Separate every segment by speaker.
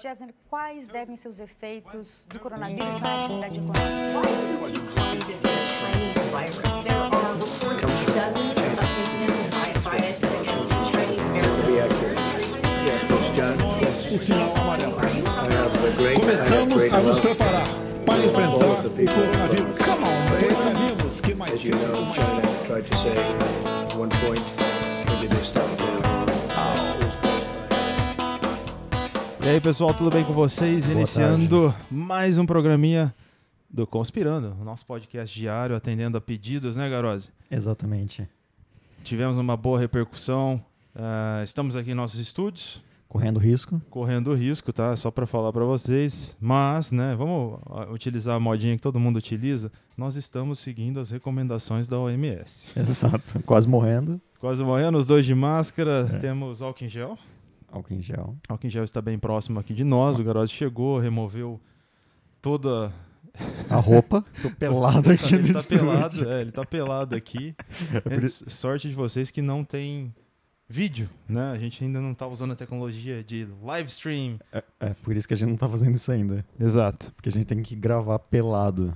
Speaker 1: Jéssica, quais devem ser os efeitos do coronavírus na atividade econômica?
Speaker 2: O sinal amarelo. Começamos a nos preparar para enfrentar o coronavírus. Come on, pois sabemos que mais cedo ou mais
Speaker 3: E aí, pessoal, tudo bem com vocês? Iniciando mais um programinha do Conspirando, o nosso podcast diário atendendo a pedidos, né, Garose?
Speaker 4: Exatamente.
Speaker 3: Tivemos uma boa repercussão. ah, estamos aqui em nossos estúdios,
Speaker 4: Correndo risco.
Speaker 3: correndo risco, tá? Só para falar para vocês. Mas, né, vamos ah, utilizar a modinha que todo mundo utiliza. Nós estamos seguindo as recomendações da OMS.
Speaker 4: Exato. Quase morrendo.
Speaker 3: Quase morrendo, os dois de máscara, temos álcool em gel.
Speaker 4: Álcool em gel.
Speaker 3: O álcool em gel está bem próximo aqui de nós. O Garose chegou, removeu toda.
Speaker 4: A roupa. Tô pelado aqui
Speaker 3: ele
Speaker 4: no
Speaker 3: tá
Speaker 4: estúdio.
Speaker 3: pelado, é, ele tá pelado aqui.
Speaker 4: por
Speaker 3: É, s- sorte de vocês que não tem vídeo, né? A gente ainda não tá usando a tecnologia de live stream.
Speaker 4: É, por isso que a gente não tá fazendo isso ainda.
Speaker 3: Exato.
Speaker 4: Porque a gente tem que gravar pelado.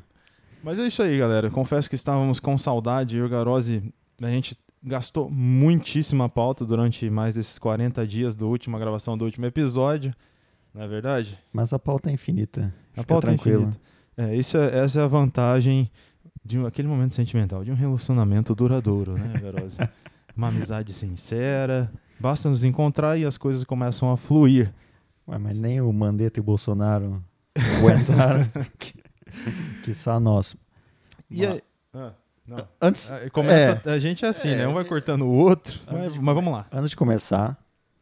Speaker 3: Mas é isso aí, galera. Confesso que estávamos com saudade. Eu e o Garose, a gente gastou muitíssima pauta durante mais desses 40 dias do última gravação do último episódio. Não é verdade?
Speaker 4: Mas a pauta é infinita.
Speaker 3: A
Speaker 4: Fica
Speaker 3: pauta é
Speaker 4: tranquilo.
Speaker 3: infinita. É, isso é- essa é a vantagem de um, aquele momento sentimental, de um relacionamento duradouro, né, Verose? Uma amizade sincera. Basta nos encontrar e as coisas começam a fluir.
Speaker 4: Ué, mas nem o Mandetta e o Bolsonaro aguentaram. que só nós.
Speaker 3: E
Speaker 4: Mas-
Speaker 3: aí- Ah, não.
Speaker 4: Antes,
Speaker 3: Ah, Começa,
Speaker 4: é.
Speaker 3: A gente é assim,
Speaker 4: É.
Speaker 3: né? Um vai cortando o outro. Mas, mas vamos lá.
Speaker 4: antes de começar,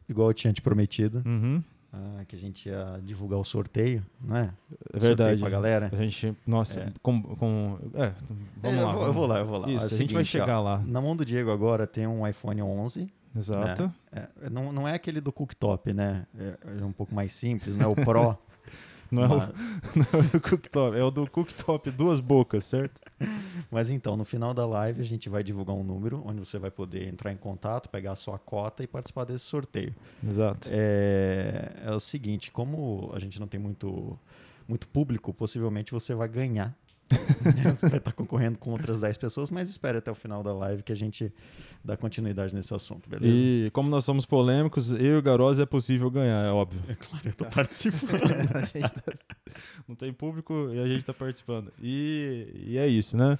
Speaker 4: igual eu tinha te prometido,
Speaker 3: Uhum,
Speaker 4: ah, que a gente ia divulgar o sorteio, né?
Speaker 3: é verdade.
Speaker 4: Sorteio pra galera.
Speaker 3: A gente, nossa,
Speaker 4: É.
Speaker 3: com, com- é, vamos
Speaker 4: É,
Speaker 3: lá.
Speaker 4: Eu vou,
Speaker 3: vamos
Speaker 4: eu vou lá, eu vou lá.
Speaker 3: Isso,
Speaker 4: É o
Speaker 3: a gente vai
Speaker 4: seguinte, ó,
Speaker 3: chegar lá.
Speaker 4: Na mão do Diego agora tem um iPhone 11.
Speaker 3: Exato.
Speaker 4: É, não, não é aquele do cooktop, né? É, é um pouco mais simples, não é o Pro.
Speaker 3: Não, é o,
Speaker 4: mas,
Speaker 3: não é o do cooktop, é o do cooktop, duas bocas, certo?
Speaker 4: mas então, no final da live a gente vai divulgar um número onde você vai poder entrar em contato, pegar a sua cota e participar desse sorteio.
Speaker 3: Exato.
Speaker 4: É, é o seguinte, como a gente não tem muito, muito público, possivelmente você vai ganhar. você vai estar concorrendo com outras 10 pessoas, mas espere até o final da live que a gente dá continuidade nesse assunto, beleza?
Speaker 3: E como nós somos polêmicos, eu e o Garoz é possível ganhar, é óbvio.
Speaker 4: Claro, eu tô participando.
Speaker 3: A gente tá- Não tem público e a gente tá participando. E, e é isso, né?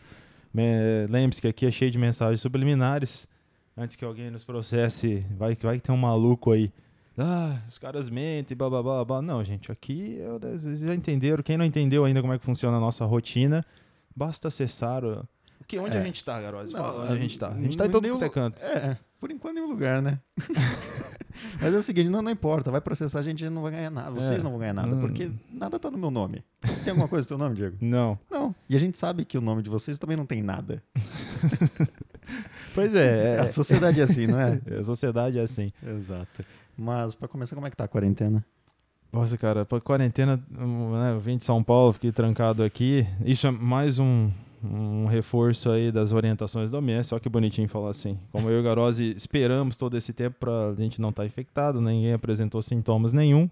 Speaker 3: Me- Lembre-se que aqui é cheio de mensagens subliminares. Antes que alguém nos processe, vai, que- vai que tem um maluco aí. Ah, os caras mentem, blá blá blá blá. Não, gente, aqui eu, vocês já entenderam. Quem não entendeu ainda como é que funciona a nossa rotina, basta acessar o. o que, onde a gente tá, Garoz?
Speaker 4: É. Não,
Speaker 3: Fala onde a gente tá. A gente tá em
Speaker 4: nem
Speaker 3: todo
Speaker 4: o-
Speaker 3: quanto é canto.
Speaker 4: É, por enquanto em um lugar, né? Mas é o seguinte, não, não importa, vai processar a gente e não vai ganhar nada. Vocês
Speaker 3: É.
Speaker 4: não vão ganhar nada,
Speaker 3: Hum.
Speaker 4: porque nada tá no meu nome. Tem alguma coisa no teu nome, Diego?
Speaker 3: Não.
Speaker 4: Não. E a gente sabe que o nome de vocês também não tem nada.
Speaker 3: Pois é.
Speaker 4: A sociedade é assim, não é?
Speaker 3: é a sociedade é assim.
Speaker 4: Exato. Mas pra começar, como é que tá a quarentena?
Speaker 3: Nossa, cara, pra quarentena, hum, né, eu vim de São Paulo, fiquei trancado aqui. Isso é mais um, um reforço aí das orientações da OMS, só que bonitinho falar assim. Como eu e o Garose esperamos todo esse tempo pra gente não estar infectado, ninguém apresentou sintomas nenhum,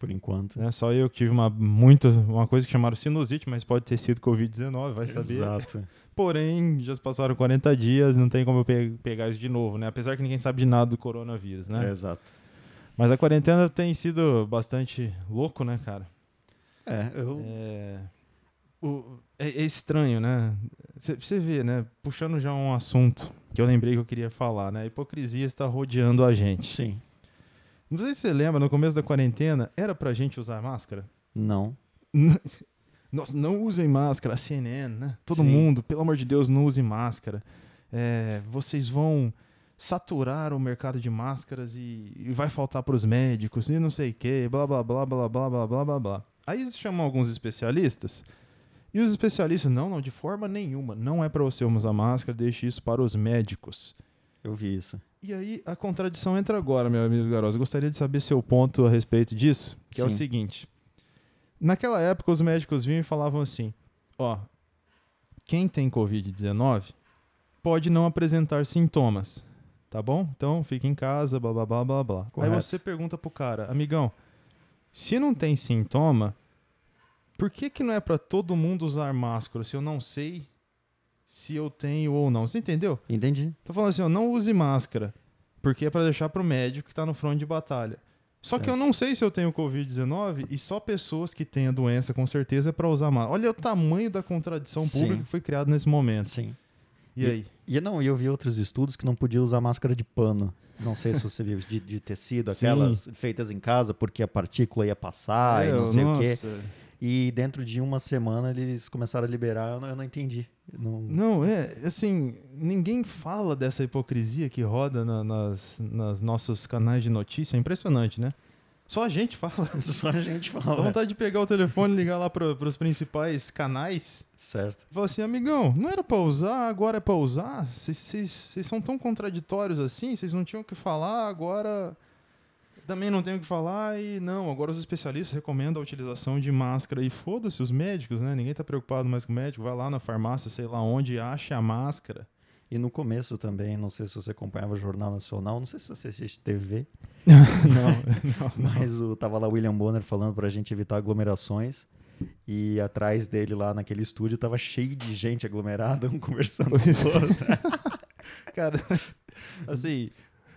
Speaker 4: Por enquanto.
Speaker 3: né? Só eu que tive uma, muito, uma coisa que chamaram sinusite, mas pode ter sido Covid-19, vai saber.
Speaker 4: Exato.
Speaker 3: Porém, já se passaram 40 dias, não tem como eu pe- pegar isso de novo, né? Apesar que ninguém sabe de nada do coronavírus, né?
Speaker 4: É, exato.
Speaker 3: Mas a quarentena tem sido bastante louco, né, cara?
Speaker 4: É, eu.
Speaker 3: É, o- é- é estranho, né? Você vê, né? Puxando já um assunto que eu lembrei que eu queria falar, né? A hipocrisia está rodeando a gente.
Speaker 4: Sim.
Speaker 3: Não sei se você lembra, no começo da quarentena, era pra gente usar máscara?
Speaker 4: Não.
Speaker 3: Nossa, não usem máscara, a CNN, né? Todo
Speaker 4: Sim.
Speaker 3: mundo, pelo amor de Deus, não use máscara. É, vocês vão saturar o mercado de máscaras e, e vai faltar pros médicos e não sei o que, blá blá blá blá blá blá blá blá blá. Aí eles chamam alguns especialistas e os especialistas, não, não, de forma nenhuma, não é pra você usar máscara, deixe isso para os médicos.
Speaker 4: Eu vi isso.
Speaker 3: E aí a contradição entra agora, meu amigo Garosa. Eu gostaria de saber seu ponto a respeito disso, que é o
Speaker 4: Sim.
Speaker 3: seguinte. Naquela época os médicos vinham e falavam assim: ó, quem tem COVID-19 pode não apresentar sintomas, tá bom? Então fica em casa, blá blá blá blá blá. Aí
Speaker 4: Correto.
Speaker 3: você pergunta pro cara, amigão, Se não tem sintoma, por que, que não é pra todo mundo usar máscara se eu não sei se eu tenho ou não? Você entendeu?
Speaker 4: Entendi.
Speaker 3: Tô falando assim, ó, não use máscara, porque é pra deixar pro médico que tá no front de batalha. Só
Speaker 4: É.
Speaker 3: que eu não sei se eu tenho Covid-19 e só pessoas que têm a doença com certeza é pra usar máscara. Olha o tamanho da contradição
Speaker 4: Sim.
Speaker 3: pública que foi criada nesse momento.
Speaker 4: Sim.
Speaker 3: E aí?
Speaker 4: E não, e eu vi outros estudos que não podia usar máscara de pano. Não sei se você viu, de, de tecido,
Speaker 3: Sim.
Speaker 4: aquelas feitas em casa, porque a partícula ia passar e
Speaker 3: Eu,
Speaker 4: não sei o quê.
Speaker 3: É, nossa.
Speaker 4: E dentro de uma semana eles começaram a liberar, eu não, eu não entendi. Não,
Speaker 3: Não, é, assim, ninguém fala dessa hipocrisia que roda na- nas, nas nossos canais de notícia. É impressionante, né? Só a gente fala.
Speaker 4: Só a gente
Speaker 3: Dá
Speaker 4: fala.
Speaker 3: vontade de pegar o telefone, ligar lá pro, pros principais canais
Speaker 4: Certo.
Speaker 3: e falar assim, amigão, não era pra usar, agora é pra usar? Vocês- Vocês vocês são tão contraditórios assim, vocês não tinham o que falar, agora também não tenho o que falar e não, agora os especialistas recomendam a utilização de máscara e foda-se os médicos, né? Ninguém tá preocupado mais com o médico, vai lá na farmácia, sei lá onde, e acha a máscara.
Speaker 4: E no começo também, não sei se você acompanhava o Jornal Nacional, não sei se você assiste TV,
Speaker 3: não, não.
Speaker 4: mas o, tava lá o William Bonner falando pra gente evitar aglomerações. E atrás dele, lá naquele estúdio, tava cheio de gente aglomerada, um conversando com o outro.
Speaker 3: Cara, assim,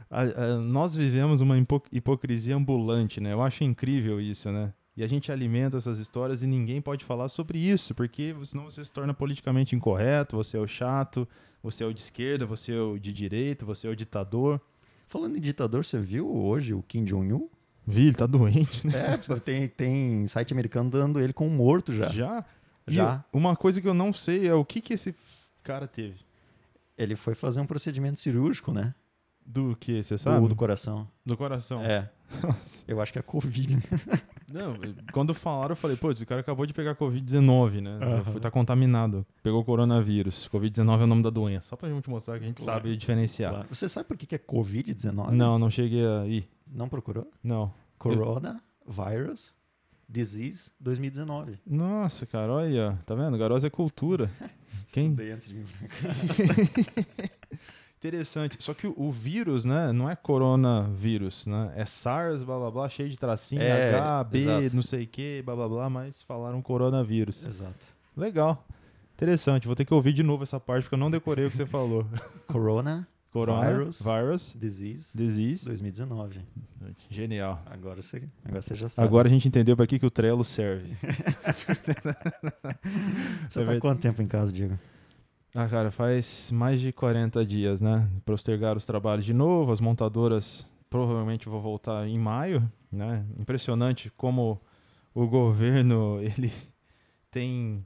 Speaker 3: a- a- nós vivemos uma hipo- hipocrisia ambulante, né? Eu acho incrível isso, né? E a gente alimenta essas histórias e ninguém pode falar sobre isso, porque senão você se torna politicamente incorreto, você é o chato, você é o de esquerda, você é o de direita, você é o ditador.
Speaker 4: Falando em ditador, você viu hoje o Kim Jong-un?
Speaker 3: Vi, ele tá doente, né?
Speaker 4: É, pô, tem, tem site americano dando ele como morto já.
Speaker 3: Já? E
Speaker 4: Já.
Speaker 3: uma coisa que eu não sei é o que que esse cara teve.
Speaker 4: Ele foi fazer um procedimento cirúrgico, né?
Speaker 3: Do que, você sabe?
Speaker 4: Do, do coração.
Speaker 3: Do coração.
Speaker 4: É.
Speaker 3: Nossa.
Speaker 4: Eu acho que é Covid, né?
Speaker 3: Não, quando falaram, eu falei, pô, esse cara acabou de pegar Covid-19, né? Foi, tá contaminado. Pegou coronavírus. Covid-19 é o nome da doença. Só pra gente mostrar que a gente
Speaker 4: Claro.
Speaker 3: sabe diferenciar.
Speaker 4: Claro. Você sabe por que, que é Covid-19?
Speaker 3: Não, não cheguei aí.
Speaker 4: Não procurou?
Speaker 3: Não.
Speaker 4: Corona, Virus, Disease 2019.
Speaker 3: Nossa, cara, olha aí, ó. Tá vendo? Garosa é cultura. Quem?
Speaker 4: Estudei antes de vir pra cá.
Speaker 3: Interessante. Só que o, o vírus, né? Não é coronavírus, né? É SARS, blá blá blá, cheio de tracinho,
Speaker 4: É,
Speaker 3: H, B,
Speaker 4: exato. É.
Speaker 3: não sei o que, blá blá blá, mas falaram coronavírus.
Speaker 4: Exato.
Speaker 3: Legal. Interessante. Vou ter que ouvir de novo essa parte, porque eu não decorei o que você falou.
Speaker 4: Corona,
Speaker 3: Corona,
Speaker 4: Virus.
Speaker 3: virus
Speaker 4: Disease
Speaker 3: Disease.
Speaker 4: 2019.
Speaker 3: Genial.
Speaker 4: Agora você, agora você já sabe.
Speaker 3: Agora a gente entendeu para que, que o Trello serve.
Speaker 4: você tá
Speaker 3: vai-
Speaker 4: quanto tempo em casa, Diego?
Speaker 3: Ah, cara, faz mais de 40 dias, né? Postergar os trabalhos de novo, as montadoras provavelmente vão voltar em maio, né? Impressionante como o governo, ele tem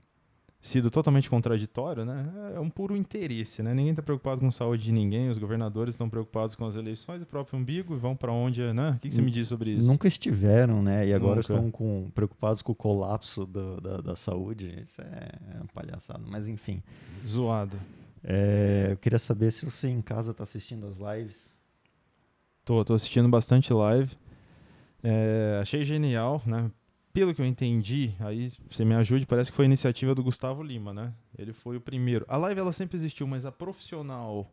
Speaker 3: sido totalmente contraditório, né? É um puro interesse, né? Ninguém tá preocupado com a saúde de ninguém, os governadores estão preocupados com as eleições, o próprio umbigo, e vão para onde, né? O que, que você me diz sobre isso?
Speaker 4: Nunca estiveram, né? E agora
Speaker 3: Nunca.
Speaker 4: estão com, preocupados com o colapso do- da, da saúde. Isso é uma palhaçada. Mas enfim.
Speaker 3: Zoado.
Speaker 4: É, eu queria saber se você em casa tá assistindo as lives.
Speaker 3: Tô, tô assistindo bastante live. É, achei genial, né? Pelo que eu entendi, aí você me ajude, parece que foi iniciativa do Gustavo Lima, né? Ele foi o primeiro. A live ela sempre existiu, mas a profissional.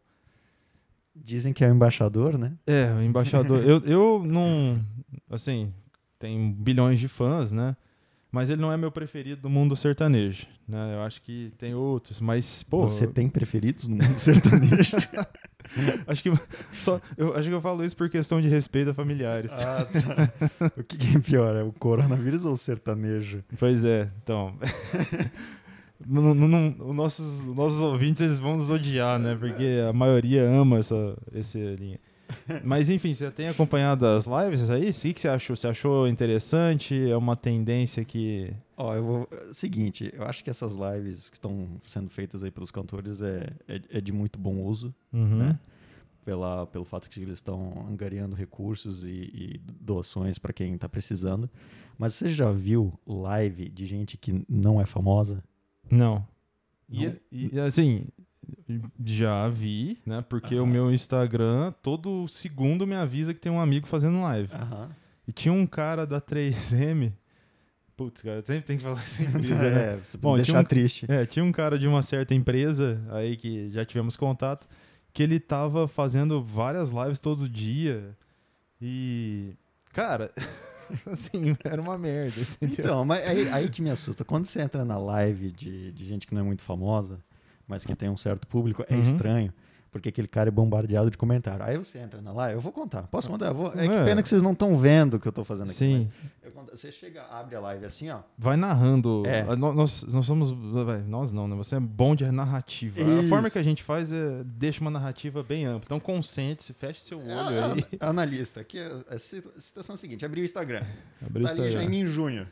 Speaker 4: Dizem que é o embaixador, né?
Speaker 3: É, o embaixador. eu, eu não. Assim, tem bilhões de fãs, né? Mas ele não é meu preferido do mundo sertanejo, né? Eu acho que tem outros, mas, pô.
Speaker 4: você tem preferidos no mundo sertanejo?
Speaker 3: Acho que, só, eu, acho que eu falo isso por questão de respeito a familiares.
Speaker 4: Ah, tá. O que, que é pior? É o coronavírus ou o sertanejo?
Speaker 3: Pois é, então. Não- não- não- os nossos, os nossos ouvintes eles vão nos odiar, né? Porque a maioria ama essa, essa linha. Mas enfim, você tem acompanhado as lives aí? O que que você achou? Você achou interessante? É uma tendência que.
Speaker 4: Ó, eu vou. é o Seguinte, eu acho que essas lives que estão sendo feitas aí pelos cantores é, é, é de muito bom uso,
Speaker 3: Né?
Speaker 4: pela, pelo fato que eles estão angariando recursos e, e doações para quem tá precisando. Mas você já viu live de gente que não é famosa?
Speaker 3: Não. E,
Speaker 4: Não?
Speaker 3: e, assim, já vi, né? Porque o meu Instagram, todo segundo me avisa que tem um amigo fazendo live.
Speaker 4: Aham.
Speaker 3: E tinha um cara da 3M. Putz, cara, eu sempre tem que falar isso em crise, né?
Speaker 4: É,
Speaker 3: Bom,
Speaker 4: Bom,
Speaker 3: tinha
Speaker 4: deixar
Speaker 3: um-
Speaker 4: triste.
Speaker 3: É, tinha um cara de uma certa empresa aí que já tivemos contato, que ele tava fazendo várias lives todo dia. E. Cara, assim, era uma merda, entendeu?
Speaker 4: Então, mas aí, aí que me assusta. Quando você entra na live de, de gente que não é muito famosa, mas que tem um certo público, é
Speaker 3: Uhum.
Speaker 4: estranho. Porque aquele cara é bombardeado de comentário. Aí você entra na live, eu vou contar. Posso mandar? Eu vou- É que
Speaker 3: É.
Speaker 4: pena que vocês não estão vendo o que eu tô fazendo aqui.
Speaker 3: Sim.
Speaker 4: mas eu conto- Você chega, abre a live assim, ó.
Speaker 3: Vai narrando.
Speaker 4: É.
Speaker 3: Ah, nó- Nós, nós somos. vai, Nós não, né? Você é bom de narrativa. A
Speaker 4: Isso.
Speaker 3: forma que a gente faz é deixa uma narrativa bem ampla. Então concentre-se, feche seu olho aí.
Speaker 4: Ah, Analista, aqui é- é a situ- a situação é a seguinte: abri o Instagram.
Speaker 3: Abre
Speaker 4: tá
Speaker 3: isso
Speaker 4: ali
Speaker 3: aí, ó. Uhum.
Speaker 4: Jaimin Júnior.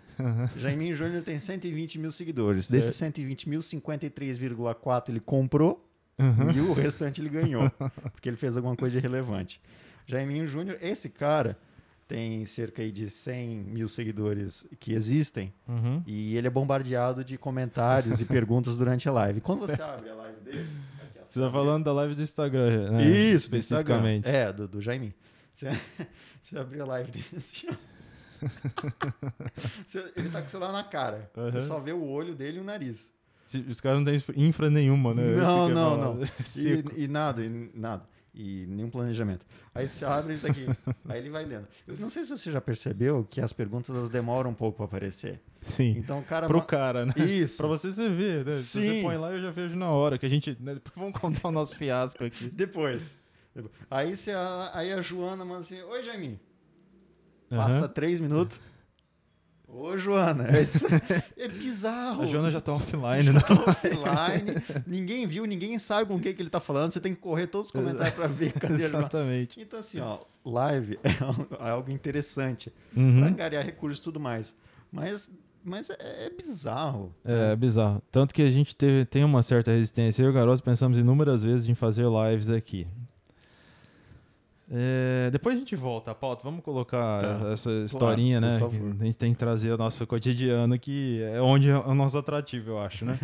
Speaker 4: Jaimin Júnior tem 120 mil seguidores. Desses
Speaker 3: É.
Speaker 4: 120 mil, 53,4 ele comprou
Speaker 3: Uhum.
Speaker 4: e o restante ele ganhou, porque ele fez alguma coisa de relevante. Jaimin Júnior, esse cara tem cerca aí de 100 mil seguidores que existem
Speaker 3: Uhum.
Speaker 4: e ele é bombardeado de comentários e perguntas durante a live. Quando você abre a live dele... aqui, ó,
Speaker 3: Você tá falando da live do Instagram, né?
Speaker 4: isso, do Instagram.
Speaker 3: especificamente.
Speaker 4: É, do, do Jaimin. Você, você abriu a live dele assim, ó. Você- ele tá com o celular na cara. Você
Speaker 3: Aham.
Speaker 4: só vê o olho dele e o nariz.
Speaker 3: Se- Os caras não têm infra- infra nenhuma, né? Esse
Speaker 4: Não,
Speaker 3: que é
Speaker 4: não,
Speaker 3: mal-
Speaker 4: não.
Speaker 3: Seco.
Speaker 4: E, e nada, e nada. E nenhum planejamento. Aí você abre ele tá aqui. Aí ele vai lendo. Eu não sei se você já percebeu que as perguntas elas demoram um pouco pra aparecer.
Speaker 3: Sim.
Speaker 4: Então o cara.
Speaker 3: Pro
Speaker 4: ma-
Speaker 3: cara, né?
Speaker 4: Isso.
Speaker 3: Pra você, você vê, né? Se
Speaker 4: Sim.
Speaker 3: você põe lá, eu já vejo na hora. Que a gente. né, Vamos contar o nosso fiasco aqui.
Speaker 4: Depois. Depois. Aí, você, aí a Joana manda assim: Oi, Jaimin. Passa
Speaker 3: Aham.
Speaker 4: três minutos. Ô, Joana. É, isso- é bizarro.
Speaker 3: A Joana já tá offline, né?
Speaker 4: Offline, ninguém viu, ninguém sabe com o que, que ele tá falando. Você tem que correr todos os comentários pra ver. Cadê ele?
Speaker 3: Exatamente.
Speaker 4: Então, assim, ó, live é al- é algo interessante pra
Speaker 3: Uhum.
Speaker 4: angariar recursos e tudo mais. Mas, mas é, é bizarro.
Speaker 3: É, bizarro. Tanto que a gente teve, tem uma certa resistência. Eu e o Garoto pensamos inúmeras vezes em fazer lives aqui. É, depois a gente volta à pauta. Vamos colocar
Speaker 4: Tá.
Speaker 3: essa historinha,
Speaker 4: por
Speaker 3: né?
Speaker 4: favor.
Speaker 3: Que A gente tem que trazer o nosso cotidiano, que é onde é o nosso atrativo, eu acho, né?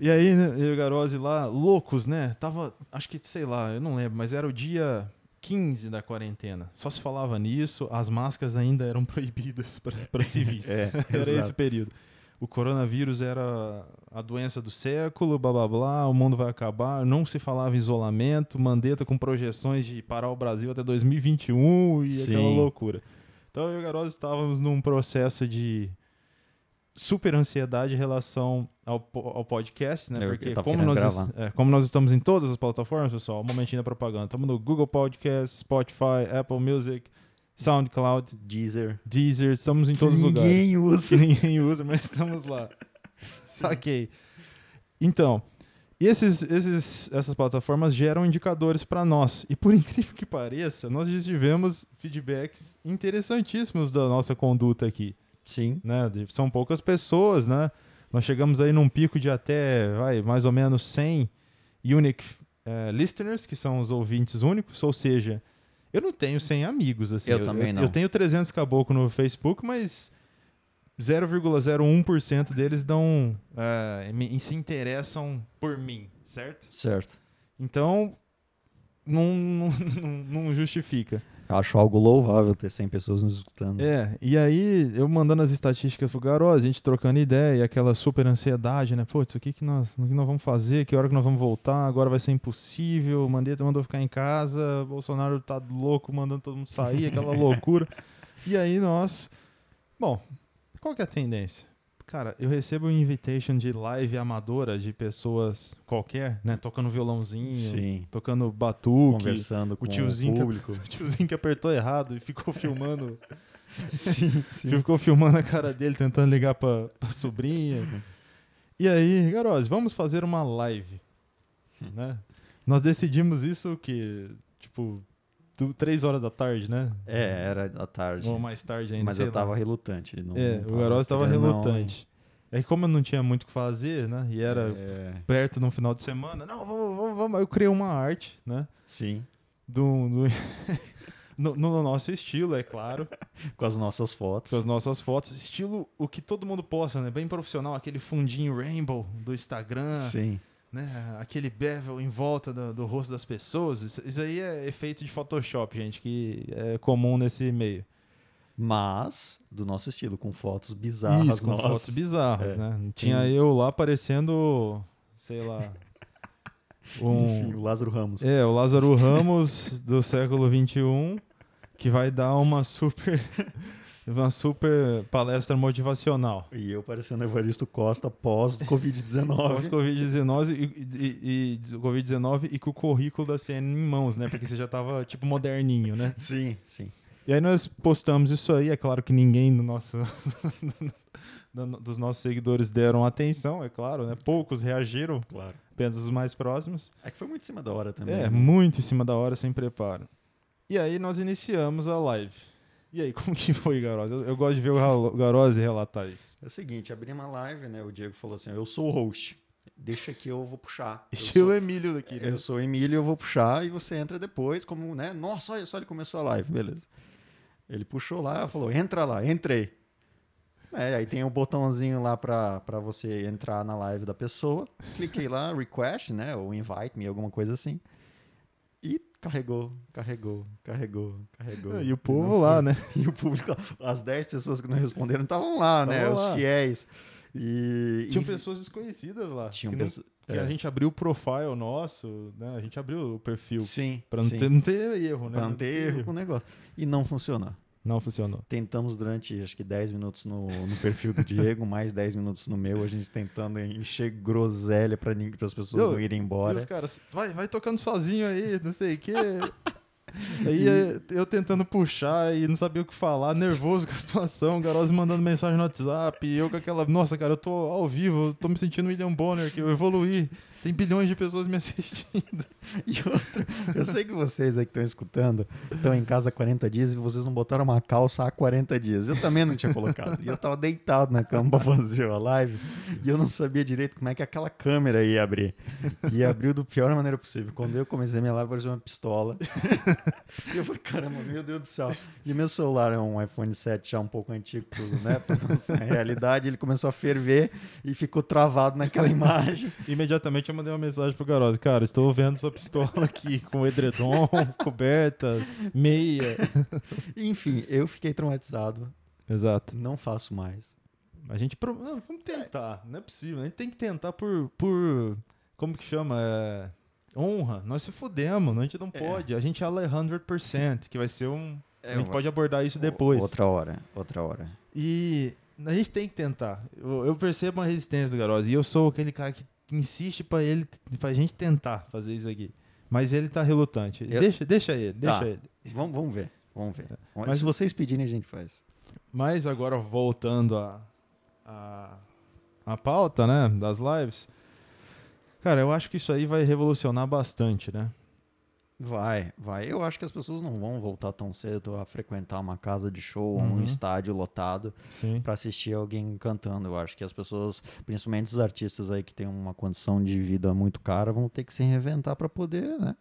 Speaker 3: e aí, né, eu e o Garose lá, loucos, né? Tava, acho que, sei lá, eu não lembro, mas era o dia 15 da quarentena. Só se falava nisso, as máscaras ainda eram proibidas para civis.
Speaker 4: É,
Speaker 3: era esse
Speaker 4: exato.
Speaker 3: período. O coronavírus era a doença do século, blá blá blá, o mundo vai acabar, não se falava em isolamento, Mandetta com projeções de parar o Brasil até 2021 e aquela
Speaker 4: Sim.
Speaker 3: loucura. Então eu e o Garoz estávamos num processo de super ansiedade em relação ao, po- ao podcast, né?
Speaker 4: É, porque
Speaker 3: Porque
Speaker 4: eu tava
Speaker 3: como
Speaker 4: querendo
Speaker 3: nós, es- é, como nós estamos em todas as plataformas, pessoal, um momentinho da propaganda. Estamos no Google Podcast, Spotify, Apple Music, SoundCloud,
Speaker 4: Deezer.
Speaker 3: Deezer, estamos em todos os lugares
Speaker 4: ninguém
Speaker 3: que
Speaker 4: usa.
Speaker 3: Assim ninguém usa, mas estamos lá. Saquei. Então, e esses, esses, essas plataformas geram indicadores para nós. E por incrível que pareça, nós já tivemos feedbacks interessantíssimos da nossa conduta aqui.
Speaker 4: Sim.
Speaker 3: Né? De- São poucas pessoas, né? Nós chegamos aí num pico de até, vai, mais ou menos 100 unique eh, listeners, que são os ouvintes únicos, ou seja, eu não tenho 100 amigos, assim.
Speaker 4: Eu também não.
Speaker 3: Eu tenho 300 caboclo no Facebook, mas 0,01% deles dão, eh, me- se interessam por mim, certo?
Speaker 4: Certo.
Speaker 3: Então, não- não- não, não justifica.
Speaker 4: Eu acho algo louvável ter 100 pessoas nos escutando.
Speaker 3: É, e aí eu mandando as estatísticas pro Garó, a gente trocando ideia, e aquela super ansiedade, né? Putz, o que que nós, o que nós vamos fazer? Que hora que nós vamos voltar? Agora vai ser impossível. Mandetta mandou ficar em casa, Bolsonaro tá louco, mandando todo mundo sair, aquela loucura. E aí nós, bom, qual que é a tendência? Cara, eu recebo um invitation de live amadora de pessoas qualquer, né? Tocando violãozinho,
Speaker 4: Sim.
Speaker 3: tocando batuque,
Speaker 4: Conversando com o
Speaker 3: tiozinho que-
Speaker 4: público.
Speaker 3: o Tipo, tiozinho que apertou errado e ficou filmando
Speaker 4: Sim,
Speaker 3: Ficou filmando a cara dele, tentando ligar pra, pra sobrinha. E aí, Garose, vamos fazer uma live. Né? Nós decidimos isso o quê? Tipo, du- três horas da tarde, né?
Speaker 4: É, era à tarde.
Speaker 3: Ou mais tarde ainda,
Speaker 4: Mas
Speaker 3: sei
Speaker 4: eu
Speaker 3: lá.
Speaker 4: tava relutante. Não,
Speaker 3: É,
Speaker 4: não
Speaker 3: o Garose tava
Speaker 4: querendo, não,
Speaker 3: relutante. É que como eu não tinha muito o que fazer, né? E era
Speaker 4: hein? É,
Speaker 3: perto no final de semana. Não, vamos, vamos, vamos. Aí eu criei uma arte, né?
Speaker 4: sim.
Speaker 3: Do, do- no- no nosso estilo, é claro.
Speaker 4: Com as nossas fotos.
Speaker 3: com as nossas fotos, estilo o que todo mundo posta, né? Bem profissional, aquele fundinho rainbow do Instagram,
Speaker 4: Sim.
Speaker 3: né? Aquele bevel em volta do, do rosto das pessoas. Isso, isso aí é efeito de Photoshop, gente, que é comum nesse meio.
Speaker 4: mas do nosso estilo, com fotos bizarras
Speaker 3: com
Speaker 4: nossas.
Speaker 3: fotos bizarras,
Speaker 4: É.
Speaker 3: né? Tinha
Speaker 4: Tem-
Speaker 3: eu lá parecendo, sei lá, um,
Speaker 4: Enfim, o Lázaro Ramos.
Speaker 3: É, o um, Lázaro Ramos do século XXI, que vai dar uma super uma super palestra motivacional.
Speaker 4: E eu parecendo Evaristo Costa pós-Covid-19.
Speaker 3: Pós-Covid-19 e, e, e Covid-19 e com o currículo da CN em mãos, né? Porque você já tava, tipo, moderninho, né?
Speaker 4: sim, sim.
Speaker 3: E aí nós postamos isso aí, é claro que ninguém do nosso, da- dos nossos seguidores deram atenção, é claro, né? Poucos reagiram,
Speaker 4: Claro.
Speaker 3: apenas os mais próximos.
Speaker 4: É que foi muito em cima da hora também.
Speaker 3: É,
Speaker 4: né?
Speaker 3: muito em cima da hora, sem preparo. E aí nós iniciamos a live. E aí, como que foi, Garose? Eu, eu gosto de ver o Ralo- o Garose relatar isso.
Speaker 4: É o seguinte, abrimos a live, né? O Diego falou assim: eu sou o host. Deixa que eu vou puxar. Eu
Speaker 3: Estilo
Speaker 4: sou-
Speaker 3: Emílio daqui, né?
Speaker 4: Eu sou o Emílio, eu vou puxar e você entra depois, como, né? Nossa, olha só, ele começou a live, beleza. Ele puxou lá, falou, entra lá, entrei. É, aí tem um botãozinho lá pra, pra você entrar na live da pessoa. Cliquei lá, request, né? Ou invite me, alguma coisa assim. E carregou, carregou, carregou, carregou.
Speaker 3: E o
Speaker 4: Não
Speaker 3: povo
Speaker 4: fui.
Speaker 3: lá, né?
Speaker 4: E o público, lá, as 10 pessoas que não responderam estavam lá, né?
Speaker 3: Tavam
Speaker 4: Os
Speaker 3: lá.
Speaker 4: fiéis. E,
Speaker 3: Tinham
Speaker 4: e-
Speaker 3: pessoas desconhecidas lá.
Speaker 4: tinham
Speaker 3: que não-
Speaker 4: pessoas-
Speaker 3: que
Speaker 4: é.
Speaker 3: a gente abriu o profile nosso, né? A gente abriu o perfil.
Speaker 4: Sim,
Speaker 3: Pra não
Speaker 4: sim.
Speaker 3: ter, não ter erro, né?
Speaker 4: Pra não ter erro com o negócio. E não funcionou.
Speaker 3: Não funcionou.
Speaker 4: Tentamos durante, acho que 10 minutos no, no perfil do Diego, mais 10 minutos no meu, a gente tentando encher groselha para as pessoas
Speaker 3: Eu-
Speaker 4: não irem
Speaker 3: E
Speaker 4: embora.
Speaker 3: os caras, vai, vai tocando sozinho aí, não sei o quê. Aí eh, eu tentando puxar e não sabia o que falar, nervoso com a situação, o Garoz mandando mensagem no WhatsApp, e eu com aquela, nossa, cara, eu tô ao vivo, eu tô me sentindo William Bonner, que eu evoluí, tem bilhões de pessoas me assistindo.
Speaker 4: E outro, eu sei que vocês aí que estão escutando estão em casa há 40 dias e vocês não botaram uma calça há 40 dias. Eu também não tinha colocado. E eu tava deitado na cama pra fazer a live e eu não sabia direito como é que aquela câmera ia abrir. E abriu do pior maneira possível. Quando eu comecei a minha live, parecia uma pistola. E eu falei, caramba, meu Deus do céu. E meu celular é um iPhone 7 já um pouco antigo, né? Pra nossa realidade, ele começou a ferver e ficou travado naquela imagem.
Speaker 3: Imediatamente eu mandei uma mensagem pro Garoz, cara, estou vendo sua pistola aqui com edredom, cobertas, meia.
Speaker 4: Enfim, eu fiquei traumatizado.
Speaker 3: Exato.
Speaker 4: Não faço mais.
Speaker 3: A gente. pro- Não, vamos tentar. Não é possível. A gente tem que tentar por. por como que chama? É, honra. Nós se fudemos. A gente não pode. A gente é 100%, que vai ser um. a gente pode abordar isso depois.
Speaker 4: É, Outra hora, outra hora.
Speaker 3: E a gente tem que tentar. Eu, eu percebo a resistência do Garoz. E eu sou aquele cara que insiste pra ele. pra gente tentar fazer isso aqui. Mas ele tá relutante.
Speaker 4: Eu-
Speaker 3: Deixa, deixa ele, deixa
Speaker 4: Tá.
Speaker 3: ele.
Speaker 4: Vamos, vamos ver, vamos ver.
Speaker 3: Mas-
Speaker 4: se vocês pedirem, a gente faz.
Speaker 3: Mas agora voltando à a, pauta, né, das lives. Cara, eu acho que isso aí vai revolucionar bastante, né?
Speaker 4: Vai, vai. Eu acho que as pessoas não vão voltar tão cedo a frequentar uma casa de show, ou um
Speaker 3: Uhum.
Speaker 4: estádio lotado
Speaker 3: Sim.
Speaker 4: pra assistir alguém cantando. Eu acho que as pessoas, principalmente os artistas aí que têm uma condição de vida muito cara, vão ter que se reinventar pra poder, né,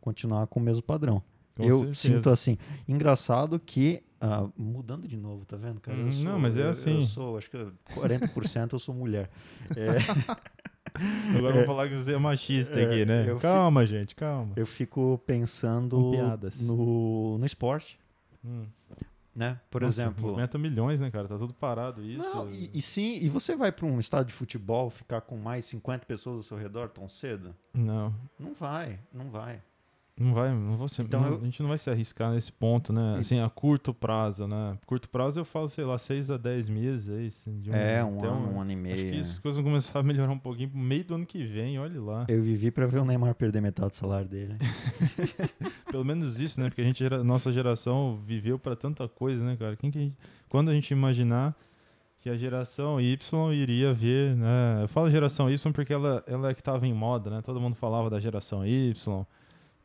Speaker 4: continuar com o mesmo padrão.
Speaker 3: Com certeza.
Speaker 4: eu sinto assim. Engraçado que. ah, mudando de novo, tá vendo, cara? Eu
Speaker 3: Hum,
Speaker 4: sou-
Speaker 3: não, mas é
Speaker 4: eu- Eu
Speaker 3: assim.
Speaker 4: sou, acho que eu- 40% eu sou mulher. É,
Speaker 3: Agora eu vou falar que você é machista aqui, né?
Speaker 4: eu fi-
Speaker 3: Calma, gente, calma.
Speaker 4: eu fico pensando
Speaker 3: Com piadas.
Speaker 4: no, no esporte,
Speaker 3: Hum.
Speaker 4: né? Por
Speaker 3: Nossa,
Speaker 4: exemplo.
Speaker 3: Movimenta milhões, né, cara? Tá tudo parado isso.
Speaker 4: Não, e, e sim, e você vai pra um estádio de futebol ficar com mais 50 pessoas ao seu redor tão cedo?
Speaker 3: Não.
Speaker 4: Não vai, não vai.
Speaker 3: Não vai, não vou ser,
Speaker 4: Então
Speaker 3: não-
Speaker 4: eu-
Speaker 3: a gente não vai se arriscar nesse ponto, né?
Speaker 4: E-
Speaker 3: Assim, a curto prazo, né? Curto prazo eu falo, sei lá, seis a dez meses aí, assim, de
Speaker 4: é, um
Speaker 3: até
Speaker 4: ano, um ano e
Speaker 3: Acho
Speaker 4: meio.
Speaker 3: que
Speaker 4: né?
Speaker 3: as coisas vão começar a melhorar um pouquinho pro meio do ano que vem, olha lá.
Speaker 4: Eu vivi pra ver o Neymar perder metade do salário dele.
Speaker 3: Pelo menos isso, né? Porque a gente, gera- nossa geração viveu pra tanta coisa, né, cara? Quem que a gente- quando a gente imaginar que a geração Y iria ver, né? Eu falo geração Y porque ela, ela é que tava em moda, né? Todo mundo falava da geração Y,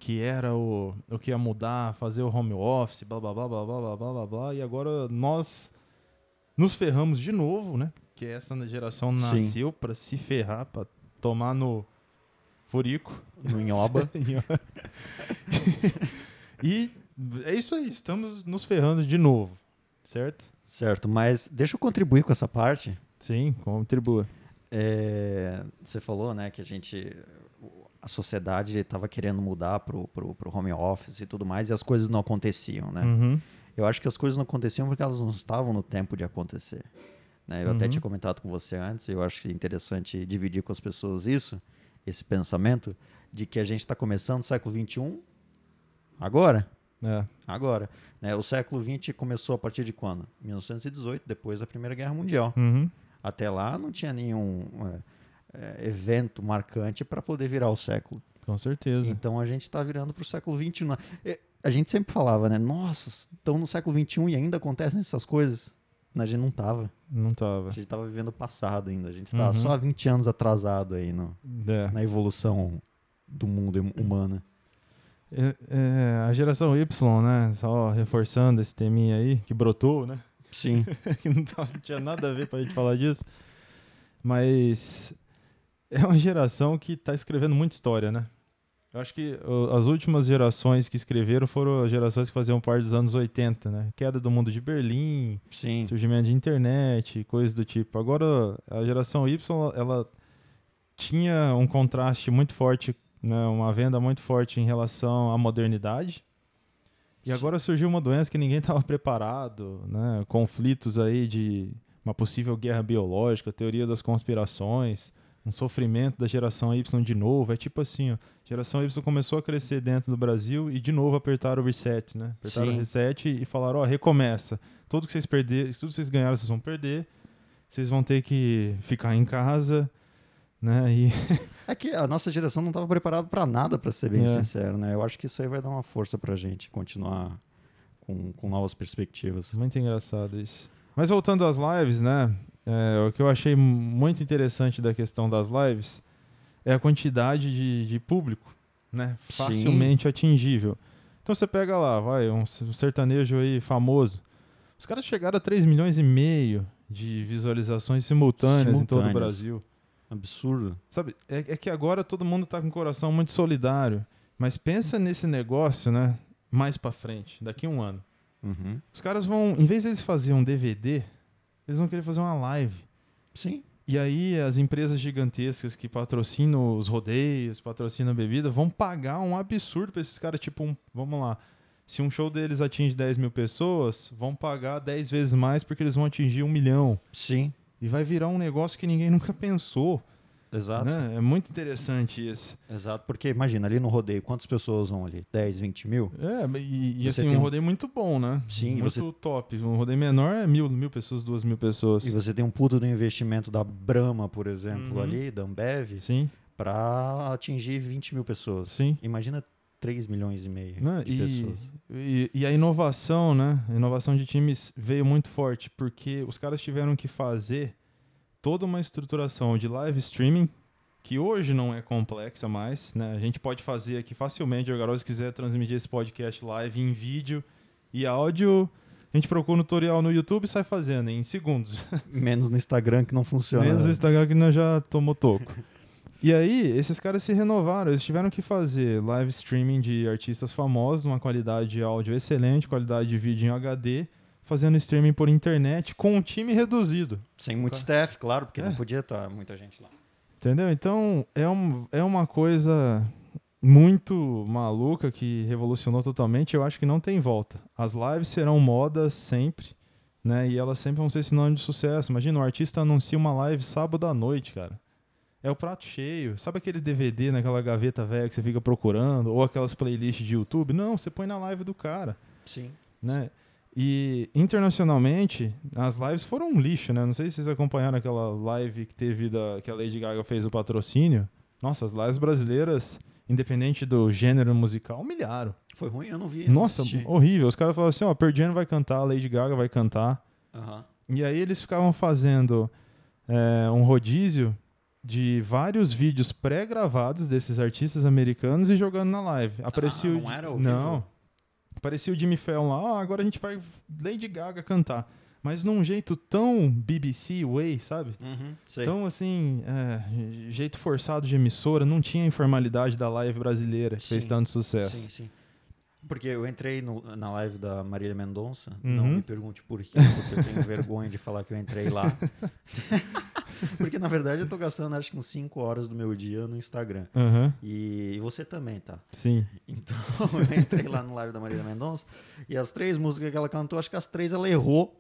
Speaker 3: que era o, o que ia mudar, fazer o home office, blá blá blá blá blá blá blá blá blá. E agora nós nos ferramos de novo, né? Que essa geração
Speaker 4: Sim.
Speaker 3: nasceu pra se ferrar, pra tomar no furico.
Speaker 4: No Inhoba.
Speaker 3: e é isso aí, estamos nos ferrando de novo, certo?
Speaker 4: certo, mas deixa eu contribuir com essa parte.
Speaker 3: Sim, contribua.
Speaker 4: É, você falou, né, que a gente, o- a sociedade estava querendo mudar pro, pro, pro home office e tudo mais, e as coisas não aconteciam, né?
Speaker 3: Uhum.
Speaker 4: Eu acho que as coisas não aconteciam porque elas não estavam no tempo de acontecer. né? Eu até
Speaker 3: Uhum.
Speaker 4: tinha comentado com você antes, eu acho que é interessante dividir com as pessoas isso, tá esse pensamento de que a gente está começando o século XXI um agora.
Speaker 3: É.
Speaker 4: Agora, né, o século XX começou a partir de quando? 1918, depois da Primeira Guerra Mundial.
Speaker 3: Uhum.
Speaker 4: Até lá não tinha nenhum é, é, evento marcante para poder virar o século.
Speaker 3: Com certeza.
Speaker 4: Então a gente está virando para o século XXI. É, A gente sempre falava, né? Nossa, estão no século XXI e ainda acontecem essas coisas. Mas A gente não tava.
Speaker 3: Não
Speaker 4: A
Speaker 3: tava.
Speaker 4: gente tava vivendo o passado ainda. A gente tava
Speaker 3: Uhum.
Speaker 4: só 20 anos atrasado aí no,
Speaker 3: É.
Speaker 4: na evolução do mundo hum- humana.
Speaker 3: É, é, a geração Y, né? Só reforçando esse teminha aí, que brotou, né?
Speaker 4: Sim.
Speaker 3: que não, tava- não tinha nada a ver pra gente falar disso. Mas é uma geração que tá escrevendo muita história, né? Eu acho que o- as últimas gerações que escreveram foram as gerações que faziam parte dos anos 80, né? Queda do mundo de Berlim,
Speaker 4: Sim.
Speaker 3: surgimento de internet, coisas do tipo. Agora, a geração Y, ela tinha um contraste muito forte, né? uma venda muito forte em relação à modernidade. E agora surgiu uma doença que ninguém estava preparado, né? Conflitos aí de uma possível guerra biológica, teoria das conspirações, um sofrimento da geração Y de novo. É tipo assim, ó, geração Y começou a crescer dentro do Brasil e de novo apertaram o reset, né? Apertaram
Speaker 4: Sim.
Speaker 3: o reset e falaram, ó, recomeça. Tudo que vocês perderam, tudo que vocês ganharam, vocês vão perder. Vocês vão ter que ficar em casa, né? E
Speaker 4: É que a nossa geração não estava preparada para nada, para ser bem
Speaker 3: É.
Speaker 4: sincero, né? Eu acho que isso aí vai dar uma força para a gente continuar com, com novas perspectivas.
Speaker 3: Muito engraçado isso. Mas voltando às lives, né? é, o que eu achei muito interessante da questão das lives é a quantidade de, de público, né?
Speaker 4: Sim.
Speaker 3: Facilmente atingível. Então você pega lá, vai, um s- um sertanejo aí famoso. Os caras chegaram a 3 milhões e meio de visualizações simultâneas, em todo o
Speaker 4: Simultâneas.
Speaker 3: Brasil.
Speaker 4: Absurdo.
Speaker 3: Sabe, é, é que agora todo mundo tá com o coração muito solidário. Mas pensa nesse negócio, né? Mais pra frente, daqui a um ano.
Speaker 4: Uhum.
Speaker 3: Os caras vão, em vez deles fazer um DVD, eles vão querer fazer uma live.
Speaker 4: Sim.
Speaker 3: E aí as empresas gigantescas que patrocinam os rodeios, patrocinam a bebida, vão pagar um absurdo pra esses caras, tipo, um, vamos lá. Se um show deles atinge 10 mil pessoas, vão pagar 10 vezes mais porque eles vão atingir um milhão.
Speaker 4: Sim.
Speaker 3: E vai virar um negócio que ninguém nunca pensou.
Speaker 4: Exato.
Speaker 3: né? É muito interessante isso.
Speaker 4: Exato. Porque imagina, ali no rodeio, quantas pessoas vão ali? 10, 20 mil?
Speaker 3: É, e, e, assim,
Speaker 4: Você tem
Speaker 3: um
Speaker 4: um-
Speaker 3: rodeio muito bom, né?
Speaker 4: Sim,
Speaker 3: muito
Speaker 4: você-
Speaker 3: top. Um rodeio menor é mil, mil pessoas, duas mil pessoas.
Speaker 4: E você tem um puto do investimento da Brahma, por exemplo,
Speaker 3: Uhum.
Speaker 4: ali, da Ambev,
Speaker 3: Sim,
Speaker 4: para atingir 20 mil pessoas.
Speaker 3: sim.
Speaker 4: Imagina 3 milhões e meio
Speaker 3: Né?
Speaker 4: de
Speaker 3: E,
Speaker 4: pessoas.
Speaker 3: e, e a inovação, né? A inovação de times veio muito forte, porque os caras tiveram que fazer toda uma estruturação de live streaming, que hoje não é complexa mais, né? A gente pode fazer aqui facilmente, o Garoto, se quiser transmitir esse podcast live em vídeo e áudio, a gente procura um tutorial no YouTube e sai fazendo em segundos.
Speaker 4: Menos no Instagram que não funciona.
Speaker 3: Menos o
Speaker 4: né?
Speaker 3: Instagram que nós já tomou toco. e aí, esses caras se renovaram, eles tiveram que fazer live streaming de artistas famosos, uma qualidade de áudio excelente, qualidade de vídeo em HD, fazendo streaming por internet com um time reduzido.
Speaker 4: Sem muito staff, claro, porque
Speaker 3: É.
Speaker 4: não podia estar muita gente lá.
Speaker 3: Entendeu? Então, é, um, é uma coisa muito maluca que revolucionou totalmente. Eu acho que não tem volta. As lives serão moda sempre, né? E elas sempre vão ser sinônimo de sucesso. Imagina, o artista anuncia uma live sábado à noite, cara. É o prato cheio. Sabe aquele DVD naquela gaveta velha que você fica procurando? Ou aquelas playlists de YouTube? Não, você põe na live do cara
Speaker 4: Sim.
Speaker 3: né? E internacionalmente, as lives foram um lixo, né? Não sei se vocês acompanharam aquela live que teve da, que a Lady Gaga fez o patrocínio. Nossa, as lives brasileiras, independente do gênero musical, humilharam.
Speaker 4: Foi ruim, eu não vi. eu não
Speaker 3: Nossa,
Speaker 4: assisti.
Speaker 3: horrível. Os caras falaram assim, ó, Pearl Jam vai cantar, a Lady Gaga vai cantar.
Speaker 4: Aham.
Speaker 3: E aí eles ficavam fazendo é, um rodízio de vários vídeos pré-gravados desses artistas americanos e jogando na live. Aparecia o-
Speaker 4: Ah, não era ao vivo?
Speaker 3: é Não. Aparecia o Jimmy Fallon lá, ó, agora a gente vai Lady Gaga cantar. Mas num jeito tão BBC way, sabe?
Speaker 4: Uhum, sei.
Speaker 3: Então, assim, é, jeito forçado de emissora, não tinha a informalidade da live brasileira que fez
Speaker 4: Sim,
Speaker 3: tanto sucesso.
Speaker 4: Sim, sim. Porque eu entrei no- na live da Marília Mendonça. Não
Speaker 3: Uhum.
Speaker 4: me pergunte por quê, porque eu tenho vergonha de falar que eu entrei lá. porque, na verdade, eu tô gastando acho que uns 5 horas do meu dia no Instagram.
Speaker 3: Aham,
Speaker 4: E, e você também, tá?
Speaker 3: sim.
Speaker 4: Então, eu entrei lá no live da Marília Mendonça e as três músicas que ela cantou, acho que as três ela errou.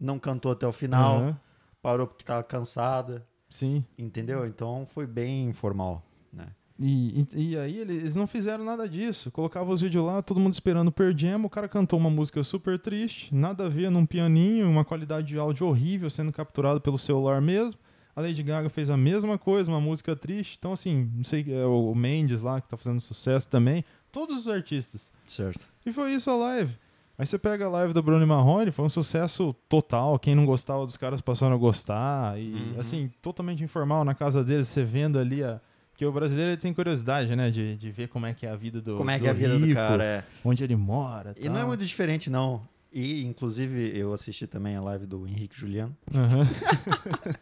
Speaker 4: Não cantou até o final,
Speaker 3: Aham,
Speaker 4: parou porque tava cansada,
Speaker 3: sim.
Speaker 4: entendeu? Então foi bem informal, né?
Speaker 3: E, e, e aí ele- eles não fizeram nada disso. Colocavam os vídeos lá, todo mundo esperando per Jam, o cara cantou uma música super triste, nada a ver num pianinho, uma qualidade de áudio horrível sendo capturado pelo celular mesmo. A Lady Gaga fez a mesma coisa, uma música triste. Então, assim, não sei, é o Mendes lá que tá fazendo sucesso também. Todos os artistas.
Speaker 4: Certo.
Speaker 3: E foi isso a live. Aí você pega a live da Bruno Marrone, foi um sucesso total. Quem não gostava dos caras passaram a gostar. E,
Speaker 4: Uhum.
Speaker 3: assim, totalmente informal na casa deles, você vendo ali a. Porque o brasileiro ele tem curiosidade, né? De, de ver como é que é a vida do.
Speaker 4: Como é que é a vida do
Speaker 3: rico,
Speaker 4: cara? É.
Speaker 3: Onde ele mora.
Speaker 4: E não é
Speaker 3: tal.
Speaker 4: muito diferente, não. E, inclusive, eu assisti também a live do Henrique Juliano.
Speaker 3: Aham.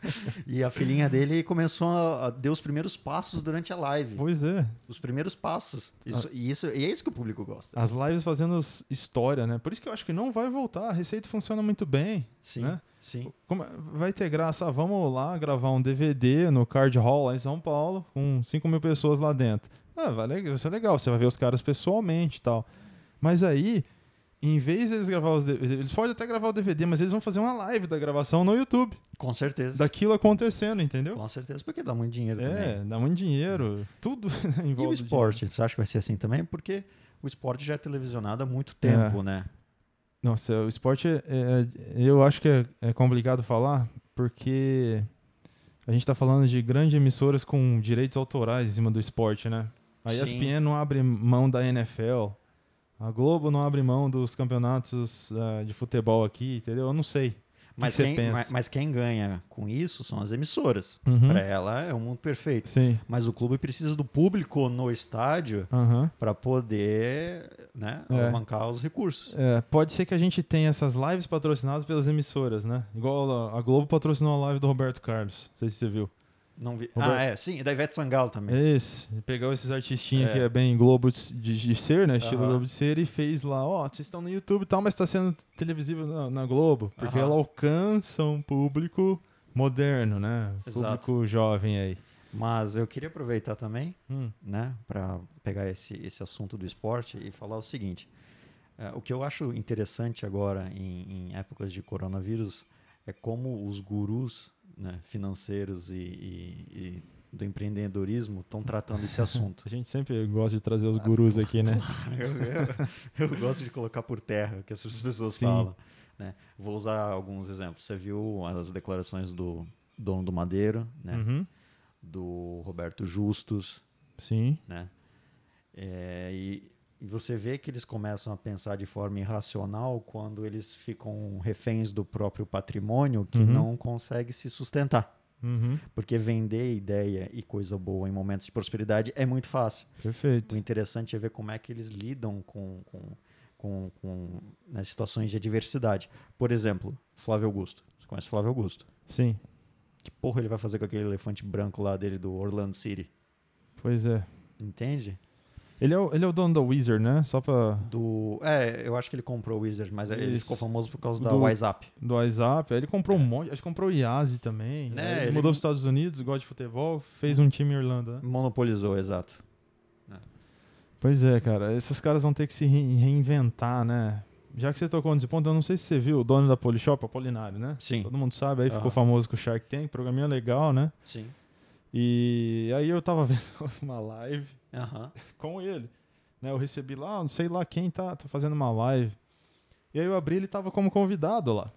Speaker 4: E a filhinha dele começou a, a deu os primeiros passos durante a live.
Speaker 3: Pois é.
Speaker 4: Os primeiros passos.
Speaker 3: Ah.
Speaker 4: Isso- e, isso, e é isso que o público gosta.
Speaker 3: As lives fazendo s- história, né? Por isso que eu acho que não vai voltar. A receita funciona muito bem.
Speaker 4: Sim.
Speaker 3: né?
Speaker 4: Sim.
Speaker 3: Como é- vai ter graça, ah, vamos lá gravar um DVD no Card Hall lá em São Paulo, com 5 mil pessoas lá dentro. Ah, vai, le- vai ser legal, você vai ver os caras pessoalmente e tal. Mas aí, em vez deles gravar os DVD, eles podem até gravar o DVD, mas eles vão fazer uma live da gravação no YouTube,
Speaker 4: Com certeza.
Speaker 3: daquilo acontecendo, entendeu?
Speaker 4: Com certeza, porque dá muito dinheiro também.
Speaker 3: É, dá muito dinheiro, tudo envolve.
Speaker 4: E o
Speaker 3: dinheiro.
Speaker 4: esporte, você acha que vai ser assim também? Porque o esporte já é televisionado há muito
Speaker 3: É.
Speaker 4: tempo, né?
Speaker 3: Nossa, o esporte, é- é- eu acho que é, é complicado falar, porque a gente tá falando de grandes emissoras com direitos autorais em cima do esporte, né? A
Speaker 4: Sim.
Speaker 3: ESPN não abre mão da NFL, a Globo não abre mão dos campeonatos ah, de futebol aqui, entendeu? Eu não sei.
Speaker 4: Mas
Speaker 3: você
Speaker 4: quem,
Speaker 3: pensa?
Speaker 4: mas, mas quem ganha com isso são as emissoras.
Speaker 3: Uhum.
Speaker 4: Pra ela é um mundo perfeito.
Speaker 3: Sim.
Speaker 4: Mas o clube precisa do público no estádio
Speaker 3: Aham.
Speaker 4: para poder né,
Speaker 3: É.
Speaker 4: alavancar os recursos.
Speaker 3: É, pode ser que a gente tenha essas lives patrocinadas pelas emissoras, né? Igual a a Globo patrocinou a live do Roberto Carlos, não sei se você viu.
Speaker 4: Não vi...
Speaker 3: Roberto.
Speaker 4: Ah, é, sim, e da Ivete Sangalo também.
Speaker 3: É isso. Ele Pegou esses artistinhas
Speaker 4: É.
Speaker 3: que é bem Globo de, de- de ser, né? Estilo
Speaker 4: Aham.
Speaker 3: Globo de ser, e fez lá, ó, vocês estão no YouTube e tal, mas tá sendo televisivo na, na Globo. Porque
Speaker 4: Aham.
Speaker 3: ela alcança um público moderno, né?
Speaker 4: Exato.
Speaker 3: Público jovem aí.
Speaker 4: Mas eu queria aproveitar também,
Speaker 3: Hum.
Speaker 4: né, para pegar esse, esse assunto do esporte e falar o seguinte: É, o que eu acho interessante agora em, em épocas de coronavírus é como os gurus né, financeiros e, e- e do empreendedorismo estão tratando esse assunto.
Speaker 3: A gente sempre gosta de trazer
Speaker 4: Ah,
Speaker 3: os gurus aqui, né?
Speaker 4: Eu, eu- eu gosto de colocar por terra o que essas pessoas
Speaker 3: Sim.
Speaker 4: falam. né? Vou usar alguns exemplos. Você viu as declarações do dono do Madeiro, né?
Speaker 3: Uhum.
Speaker 4: do Roberto Justus,
Speaker 3: Sim.
Speaker 4: né? É, e, e você vê que eles começam a pensar de forma irracional quando eles ficam reféns do próprio patrimônio que
Speaker 3: Uhum.
Speaker 4: não consegue se sustentar.
Speaker 3: Uhum.
Speaker 4: Porque vender ideia e coisa boa em momentos de prosperidade é muito fácil. O
Speaker 3: Perfeito.
Speaker 4: interessante é ver como é que eles lidam com, com, com, com né, situações de adversidade. Por exemplo, Flávio Augusto. Você conhece Flávio Augusto?
Speaker 3: Sim.
Speaker 4: Que porra ele vai fazer com aquele elefante branco lá dele do Orlando City?
Speaker 3: Pois é.
Speaker 4: Entende?
Speaker 3: Ele é o, ele é o dono da Wizard, né? Só pra.
Speaker 4: Do. É, eu acho que ele comprou o Wizards, mas ele
Speaker 3: Isso.
Speaker 4: ficou famoso por causa da
Speaker 3: Do-
Speaker 4: WhatsApp.
Speaker 3: Do WhatsApp. Aí ele comprou um monte. Acho que comprou o Yazi também.
Speaker 4: É,
Speaker 3: Aí ele,
Speaker 4: ele-
Speaker 3: mudou pros Estados Unidos, gosta de futebol, fez um time em Irlanda, né?
Speaker 4: Monopolizou, exato.
Speaker 3: Pois é, cara. Esses caras vão ter que se re- reinventar, né? Já que você tocou nesse ponto, eu não sei se você viu o dono da Polishop, Apolinário, né?
Speaker 4: Sim.
Speaker 3: Todo mundo sabe, aí ficou
Speaker 4: Aham.
Speaker 3: famoso com o Shark Tank, programinha legal, né?
Speaker 4: Sim.
Speaker 3: E aí eu tava vendo uma live
Speaker 4: Aham.
Speaker 3: com ele, né? Eu recebi lá, não sei lá quem tá, tá fazendo uma live. E aí eu abri, ele tava como convidado lá.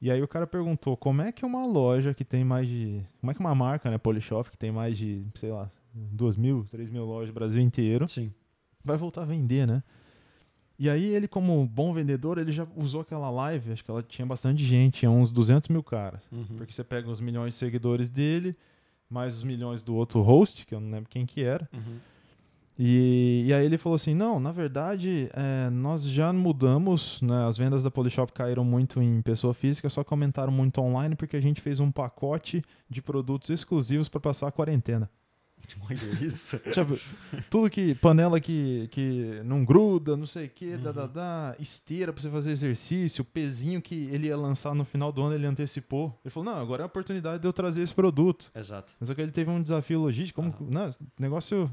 Speaker 3: E aí o cara perguntou, como é que uma loja que tem mais de... Como é que uma marca, né, Polishop, que tem mais de, sei lá, duas mil, três mil lojas no Brasil inteiro,
Speaker 4: Sim.
Speaker 3: vai voltar a vender, né? E aí ele, como bom vendedor, ele já usou aquela live, acho que ela tinha bastante gente, tinha uns 200 mil caras.
Speaker 4: Uhum.
Speaker 3: Porque você pega os milhões de seguidores dele, mais os milhões do outro host, que eu não lembro quem que era.
Speaker 4: Uhum.
Speaker 3: E, e aí ele falou assim, não, na verdade, é, nós já mudamos, né? As vendas da Polishop caíram muito em pessoa física, só que aumentaram muito online, porque a gente fez um pacote de produtos exclusivos para passar a quarentena.
Speaker 4: Olha isso.
Speaker 3: Tipo, tudo que. Panela que, que não gruda, não sei o que,
Speaker 4: Uhum.
Speaker 3: dadadá, esteira pra você fazer exercício, pezinho que ele ia lançar no final do ano, ele antecipou. Ele falou: não, agora é a oportunidade de eu trazer esse produto.
Speaker 4: Exato.
Speaker 3: Só que ele teve um desafio logístico,
Speaker 4: Ah.
Speaker 3: como. Não, esse negócio.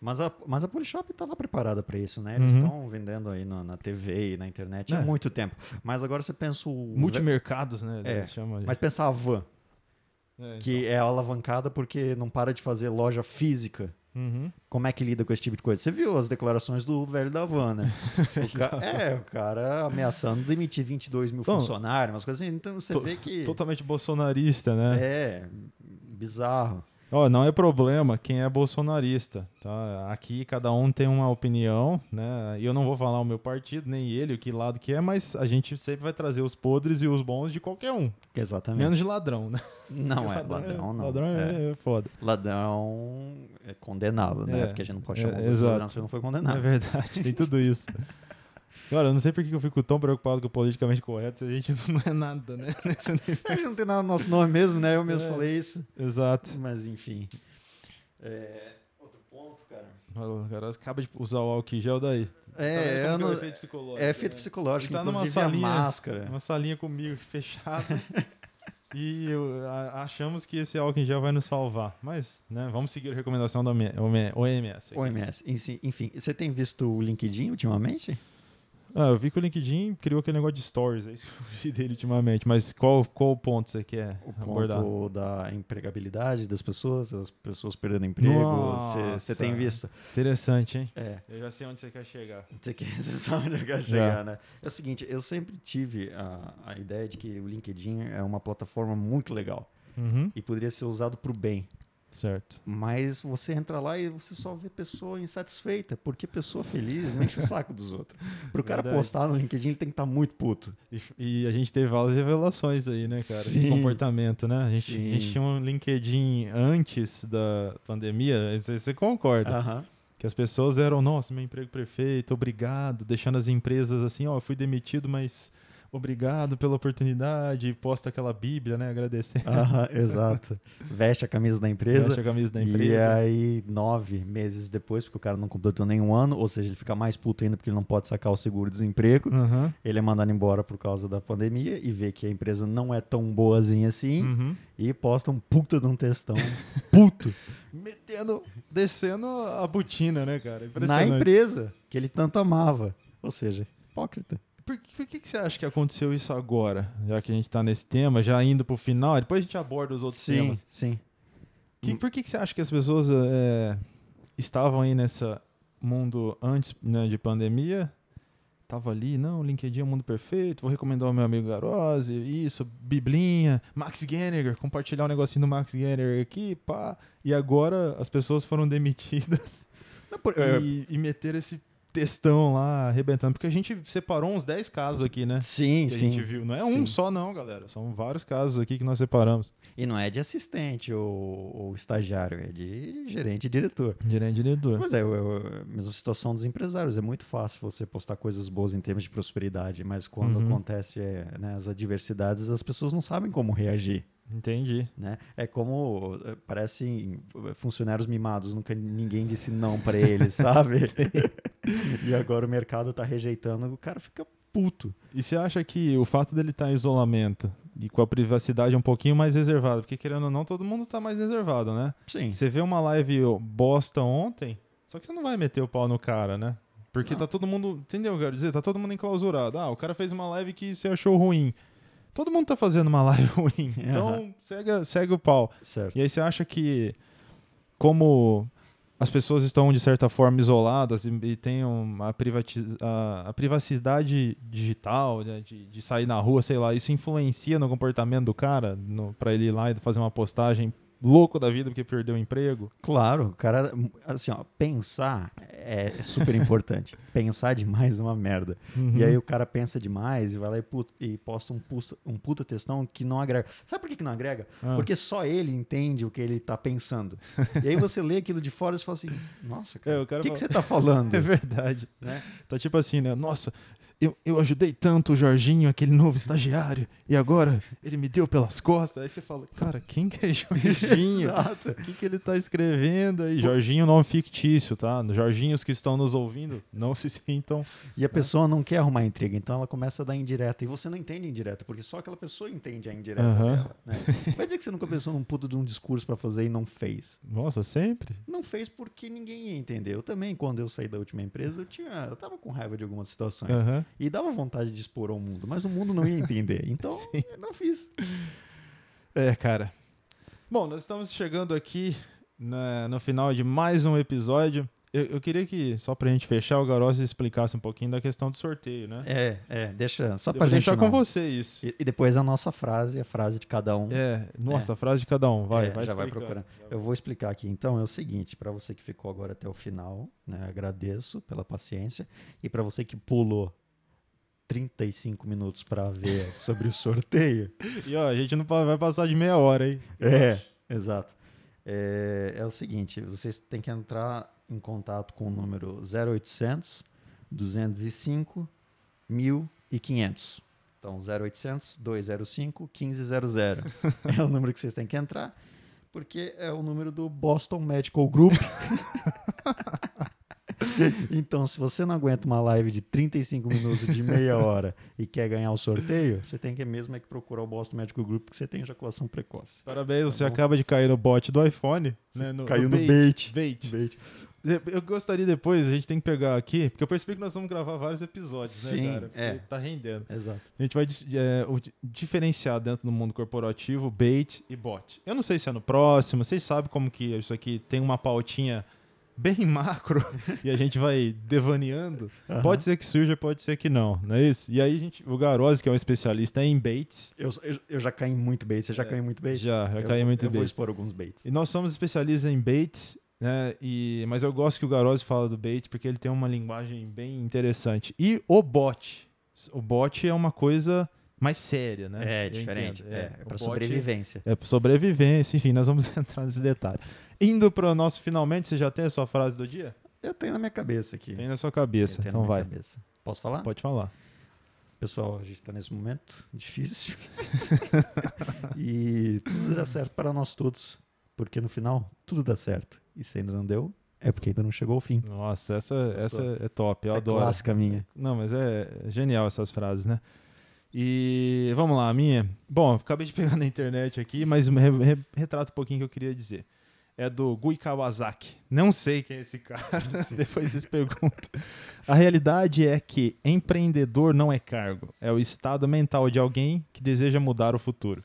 Speaker 4: Mas a, mas a Polishop estava preparada para isso, né? Eles
Speaker 3: Uhum.
Speaker 4: estão vendendo aí na, na TV e na internet há
Speaker 3: É.
Speaker 4: muito tempo. Mas agora você pensa o.
Speaker 3: Multimercados, né?
Speaker 4: É,
Speaker 3: Eles chamam ali.
Speaker 4: Mas pensa a van,
Speaker 3: É,
Speaker 4: que é alavancada porque não para de fazer loja física.
Speaker 3: Uhum.
Speaker 4: Como é que lida com esse tipo de coisa? Você viu as declarações do velho da van, né? O ca- É, o cara ameaçando demitir 22 mil
Speaker 3: Bom,
Speaker 4: funcionários, umas coisas assim. Então você
Speaker 3: to-
Speaker 4: vê que
Speaker 3: Totalmente bolsonarista, né?
Speaker 4: é bizarro.
Speaker 3: Ó, não é problema quem é bolsonarista, tá? Aqui cada um tem uma opinião, né? E eu não vou falar o meu partido, nem ele, o que lado que é, mas a gente sempre vai trazer os podres e os bons de qualquer um.
Speaker 4: Exatamente.
Speaker 3: Menos de ladrão, né?
Speaker 4: Não é
Speaker 3: Ladrão
Speaker 4: ladrão, não.
Speaker 3: Ladrão
Speaker 4: é.
Speaker 3: é, é foda.
Speaker 4: Ladrão é condenado, né?
Speaker 3: É,
Speaker 4: Porque a gente não pode
Speaker 3: é,
Speaker 4: chamar o
Speaker 3: exato.
Speaker 4: ladrão se não foi
Speaker 3: É
Speaker 4: condenado.
Speaker 3: verdade, tem tudo isso. Cara, eu não sei por que que eu fico tão preocupado com o politicamente correto se a gente não é nada, né? Nesse nível.
Speaker 4: A gente não tem nada no nosso nome mesmo, né? Eu mesmo
Speaker 3: É.
Speaker 4: falei isso.
Speaker 3: Exato.
Speaker 4: Mas enfim. É, outro ponto, cara.
Speaker 3: O cara acaba de usar o álcool em gel daí. Tá vendo
Speaker 4: É,
Speaker 3: como
Speaker 4: eu
Speaker 3: que é o
Speaker 4: não-
Speaker 3: efeito psicológico.
Speaker 4: é
Speaker 3: né?
Speaker 4: efeito psicológico,
Speaker 3: Ele tá numa
Speaker 4: inclusive é a
Speaker 3: salinha.
Speaker 4: máscara.
Speaker 3: É Uma salinha comigo fechada. e eu- a- achamos que esse álcool em gel vai nos salvar. Mas, né, vamos seguir a recomendação da OMS. aqui.
Speaker 4: OMS. Enfim, enfim, você tem visto o LinkedIn ultimamente?
Speaker 3: Ah, eu vi que o LinkedIn criou aquele negócio de stories, é isso que eu vi dele ultimamente. Mas qual, qual o ponto você quer
Speaker 4: O
Speaker 3: abordar?
Speaker 4: ponto da empregabilidade das pessoas, as pessoas perdendo emprego. Você você tem
Speaker 3: Nossa.
Speaker 4: visto?
Speaker 3: Interessante, hein?
Speaker 4: É.
Speaker 3: Eu já sei onde você quer chegar.
Speaker 4: Você quer você sabe onde eu quero chegar, né? É o seguinte, eu sempre tive a, a ideia de que o LinkedIn é uma plataforma muito legal
Speaker 3: Uhum,
Speaker 4: e poderia ser usado para o bem.
Speaker 3: certo.
Speaker 4: Mas você entra lá e você só vê pessoa insatisfeita, porque pessoa feliz não enche o saco dos outros. Pro cara
Speaker 3: Verdade.
Speaker 4: postar no LinkedIn, ele tem que estar muito puto.
Speaker 3: E, e a gente teve várias revelações aí, né, cara? De
Speaker 4: Sim.
Speaker 3: comportamento, né? A gente, a gente
Speaker 4: Sim.
Speaker 3: tinha um LinkedIn antes da pandemia, isso aí você concorda.
Speaker 4: Aham.
Speaker 3: Que as pessoas eram, nossa, meu emprego perfeito, obrigado, deixando as empresas assim, ó, eu fui demitido, mas obrigado pela oportunidade, e posta aquela bíblia, né, agradecendo.
Speaker 4: Aham, exato. Veste a camisa da empresa.
Speaker 3: Veste a camisa da
Speaker 4: E
Speaker 3: empresa.
Speaker 4: aí, nove meses depois, porque o cara não completou nenhum ano, ou seja, ele fica mais puto ainda porque ele não pode sacar o seguro-desemprego.
Speaker 3: Aham,
Speaker 4: Ele é mandado embora por causa da pandemia e vê que a empresa não é tão boazinha assim
Speaker 3: uhum.
Speaker 4: e posta um puta de um textão puto
Speaker 3: Metendo, descendo a botina, né, cara?
Speaker 4: na
Speaker 3: Impressionante.
Speaker 4: empresa que ele tanto amava. Ou seja, hipócrita.
Speaker 3: Por, que- por que, que você acha que aconteceu isso agora? Já que a gente tá nesse tema, já indo pro final, depois a gente aborda os outros temas.
Speaker 4: sim.
Speaker 3: Que- por que, que você acha que as pessoas é, estavam aí nessa mundo antes né, de pandemia? Tava ali, não, LinkedIn é o mundo perfeito, vou recomendar o meu amigo Garose, isso, Biblinha, Max Genninger, compartilhar um negocinho do Max Genninger aqui, pá. E agora as pessoas foram demitidas
Speaker 4: Não, por- é,
Speaker 3: e, e meteram esse textão lá, arrebentando. Porque a gente separou uns 10 casos aqui, né?
Speaker 4: sim,
Speaker 3: Que a
Speaker 4: sim.
Speaker 3: gente viu. Não é
Speaker 4: Sim.
Speaker 3: um só não, galera. São vários casos aqui que nós separamos.
Speaker 4: E não é de assistente ou, ou estagiário, é de gerente e diretor.
Speaker 3: Direito diretor.
Speaker 4: Mas é, eu- eu- a mesma situação dos empresários. É muito fácil você postar coisas boas em termos de prosperidade, mas quando
Speaker 3: Uhum.
Speaker 4: acontece é, né, as adversidades, as pessoas não sabem como reagir.
Speaker 3: Entendi.
Speaker 4: né? É como eh, parecem funcionários mimados, nunca ninguém disse não pra eles, sabe? e agora o mercado tá rejeitando, o cara fica puto.
Speaker 3: E você acha que o fato dele estar em isolamento e com a privacidade um pouquinho mais reservada, porque querendo ou não, todo mundo tá mais reservado, né?
Speaker 4: Sim.
Speaker 3: Você vê uma live bosta ontem, só que você não vai meter o pau no cara, né? Porque tá todo mundo, entendeu o que eu quero dizer? Tá todo mundo enclausurado. Ah, o cara fez uma live que você achou ruim. Todo mundo tá fazendo uma live ruim.
Speaker 4: É.
Speaker 3: Então, segue, segue o pau.
Speaker 4: Certo.
Speaker 3: E aí você acha que como as pessoas estão de certa forma isoladas e, e têm uma privati- a, a privacidade digital né, de, de sair na rua, sei lá, isso influencia no comportamento do cara no, pra ele ir lá e fazer uma postagem louco da vida porque perdeu o emprego?
Speaker 4: Claro, o cara, assim, ó, pensar é super importante. pensar demais é uma merda. E
Speaker 3: Uhum.
Speaker 4: aí o cara pensa demais e vai lá e, put- e posta um, pusta- um puta textão que não agrega. Sabe por que, que não agrega?
Speaker 3: Ah.
Speaker 4: Porque só ele entende o que ele tá pensando. E aí você lê aquilo de fora e você fala assim, nossa,
Speaker 3: É,
Speaker 4: cara,
Speaker 3: o
Speaker 4: o
Speaker 3: cara
Speaker 4: que, que
Speaker 3: fala-
Speaker 4: você tá falando?
Speaker 3: É verdade.
Speaker 4: Né?
Speaker 3: Tá tipo assim, né? Nossa, eu, eu ajudei tanto o Jorginho, aquele novo estagiário, e agora ele me deu pelas costas. Aí você fala, cara, quem que é Jorginho?
Speaker 4: Exato.
Speaker 3: O que, que ele tá escrevendo aí? Jorginho não fictício, tá? Jorginhos que estão nos ouvindo, não se sintam.
Speaker 4: E a pessoa não quer arrumar intriga, então ela começa a dar indireta. E você não entende a indireta, porque só aquela pessoa entende a indireta
Speaker 3: Aham.
Speaker 4: dela. Né? Vai dizer que você nunca pensou num puto de um discurso pra fazer e não fez.
Speaker 3: Nossa, sempre?
Speaker 4: Não fez porque ninguém ia entender. Eu também, quando eu saí da última empresa, eu tinha. Eu tava com raiva de algumas situações.
Speaker 3: Aham.
Speaker 4: E dava vontade de expor ao mundo, mas o mundo não ia entender. Então, eu não fiz.
Speaker 3: É, cara. Bom, nós estamos chegando aqui na- no final de mais um episódio. Eu, eu queria que, só pra gente fechar, o Garossi explicasse um pouquinho da questão do sorteio, né?
Speaker 4: É, é, deixa. Só
Speaker 3: Eu
Speaker 4: pra
Speaker 3: vou
Speaker 4: gente.
Speaker 3: deixar
Speaker 4: não-
Speaker 3: com você isso.
Speaker 4: E, e depois a nossa frase, a frase de cada um.
Speaker 3: É, nossa, a frase de cada um, vai,
Speaker 4: É,
Speaker 3: vai
Speaker 4: já vai
Speaker 3: explicando.
Speaker 4: procurando. Eu vou explicar aqui. Então, é o seguinte, para você que ficou agora até o final, né, agradeço pela paciência. E para você que pulou 35 minutos para ver sobre o sorteio,
Speaker 3: E ó, a gente não pa- vai passar de meia hora, hein?
Speaker 4: é, exato. É, é o seguinte, vocês têm que entrar em contato com o número 0800 205 1500. Então, 0800 205 1500 é o número que vocês têm que entrar, porque é o número do Boston Medical Group. então, se você não aguenta uma live de 35 minutos de meia hora e quer ganhar o sorteio, você tem que mesmo é que procurar o Boston Medical Group, que você tem ejaculação precoce.
Speaker 3: Parabéns, você
Speaker 4: Tá bom.
Speaker 3: acaba de cair no bot do iPhone. né,
Speaker 4: caiu no bait.
Speaker 3: bait.
Speaker 4: Bait.
Speaker 3: Eu gostaria depois, a gente tem que pegar aqui, porque eu percebi que nós vamos gravar vários episódios,
Speaker 4: Sim,
Speaker 3: né, cara? Porque
Speaker 4: é.
Speaker 3: Tá rendendo.
Speaker 4: Exato.
Speaker 3: A gente vai dis- é, o di- diferenciar dentro do mundo corporativo bait e bot. Eu não sei se é no próximo, vocês sabem como que isso aqui tem uma pautinha bem macro e a gente vai devaneando. Pode ser que surja, pode ser que não, não é isso? E aí a gente, o Garozzi, que é um especialista em baits,
Speaker 4: Eu, eu, eu já caí em muito bait. Você É. já caiu em muito bait?
Speaker 3: já, já
Speaker 4: Eu
Speaker 3: caí
Speaker 4: vou-
Speaker 3: muito
Speaker 4: Eu vou
Speaker 3: bait.
Speaker 4: expor alguns baits.
Speaker 3: E nós somos especialistas em baits, né? E, mas eu gosto que o Garozzi fala do bait porque ele tem uma linguagem bem interessante. E o bot. O bot é uma coisa mais séria, né?
Speaker 4: É,
Speaker 3: Eu
Speaker 4: diferente.
Speaker 3: entendo,
Speaker 4: É, é
Speaker 3: O
Speaker 4: pra
Speaker 3: bot
Speaker 4: sobrevivência.
Speaker 3: É pra sobrevivência, enfim, nós vamos entrar nesse detalhe. Indo pro nosso finalmente, você já tem a sua frase do dia?
Speaker 4: Eu tenho na minha cabeça aqui.
Speaker 3: Tem na sua
Speaker 4: Eu
Speaker 3: cabeça,
Speaker 4: tenho na
Speaker 3: então
Speaker 4: minha
Speaker 3: vai.
Speaker 4: cabeça. Posso falar?
Speaker 3: Pode falar.
Speaker 4: Pessoal, a gente está nesse momento difícil. e tudo dá certo para nós todos. Porque no final, tudo dá certo. E se ainda não deu, é porque ainda não chegou ao fim.
Speaker 3: Nossa, essa, essa
Speaker 4: Gostou?
Speaker 3: é top, eu
Speaker 4: Essa é
Speaker 3: adoro.
Speaker 4: clássica minha.
Speaker 3: Não, mas é genial essas frases, né? E vamos lá, a minha. Bom, acabei de pegar na internet aqui, mas re- re- retrata um pouquinho o que eu queria dizer. É do Gui Kawasaki. Não sei quem é esse cara, depois vocês perguntam. A realidade é que empreendedor não é cargo, é o estado mental de alguém que deseja mudar o futuro.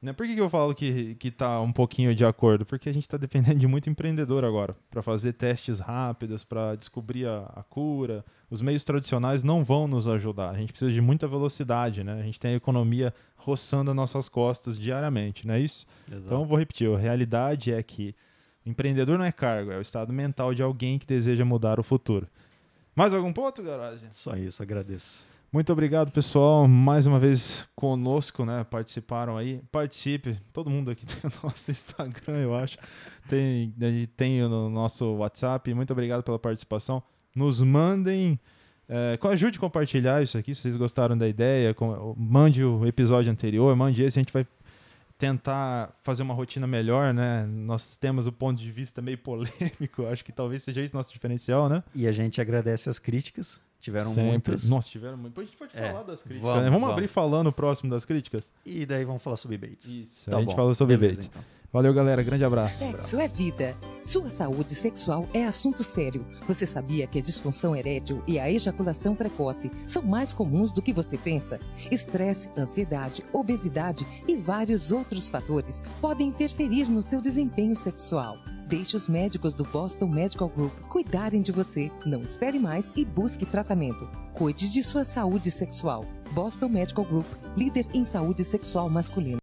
Speaker 3: Né, Por que, que eu falo que, que tá um pouquinho de acordo? Porque a gente está dependendo de muito empreendedor agora, para fazer testes rápidos, para descobrir a, a cura. Os meios tradicionais não vão nos ajudar. A gente precisa de muita velocidade, né? A gente tem a economia roçando as nossas costas diariamente, não é isso? Então, eu vou repetir. A realidade é que o empreendedor não é cargo, é o estado mental de alguém que deseja mudar o futuro. Mais algum ponto, Garage?
Speaker 4: Só isso, agradeço.
Speaker 3: Muito obrigado, pessoal, mais uma vez conosco, né? Participaram aí. Participe. Todo mundo aqui tem o nosso Instagram, eu acho. Tem, a gente tem o no- nosso WhatsApp. Muito obrigado pela participação. Nos mandem. É, co- ajude a compartilhar isso aqui, se vocês gostaram da ideia. com- mande o episódio anterior, mande esse, a gente vai tentar fazer uma rotina melhor, né? Nós temos o ponto de vista meio polêmico, acho que talvez seja esse nosso diferencial, né?
Speaker 4: E a gente agradece as críticas. Tiveram
Speaker 3: Sempre.
Speaker 4: muitas.
Speaker 3: Nossa, tiveram muito. Depois a gente pode
Speaker 4: É,
Speaker 3: falar das críticas,
Speaker 4: vamos,
Speaker 3: né? Vamos,
Speaker 4: vamos.
Speaker 3: abrir falando o próximo das críticas?
Speaker 4: E daí vamos falar sobre baits.
Speaker 3: Isso.
Speaker 4: Tá
Speaker 3: a gente
Speaker 4: bom.
Speaker 3: falou sobre
Speaker 4: Beleza,
Speaker 3: bait.
Speaker 4: então.
Speaker 3: Valeu, galera. Grande abraço.
Speaker 5: Sexo é vida. Sua saúde sexual é assunto sério. Você sabia que a disfunção é erétil e a ejaculação precoce são mais comuns do que você pensa? Estresse, ansiedade, obesidade e vários outros fatores podem interferir no seu desempenho sexual. Deixe os médicos do Boston Medical Group cuidarem de você. Não espere mais e busque tratamento. Cuide de sua saúde sexual. Boston Medical Group, líder em saúde sexual masculina.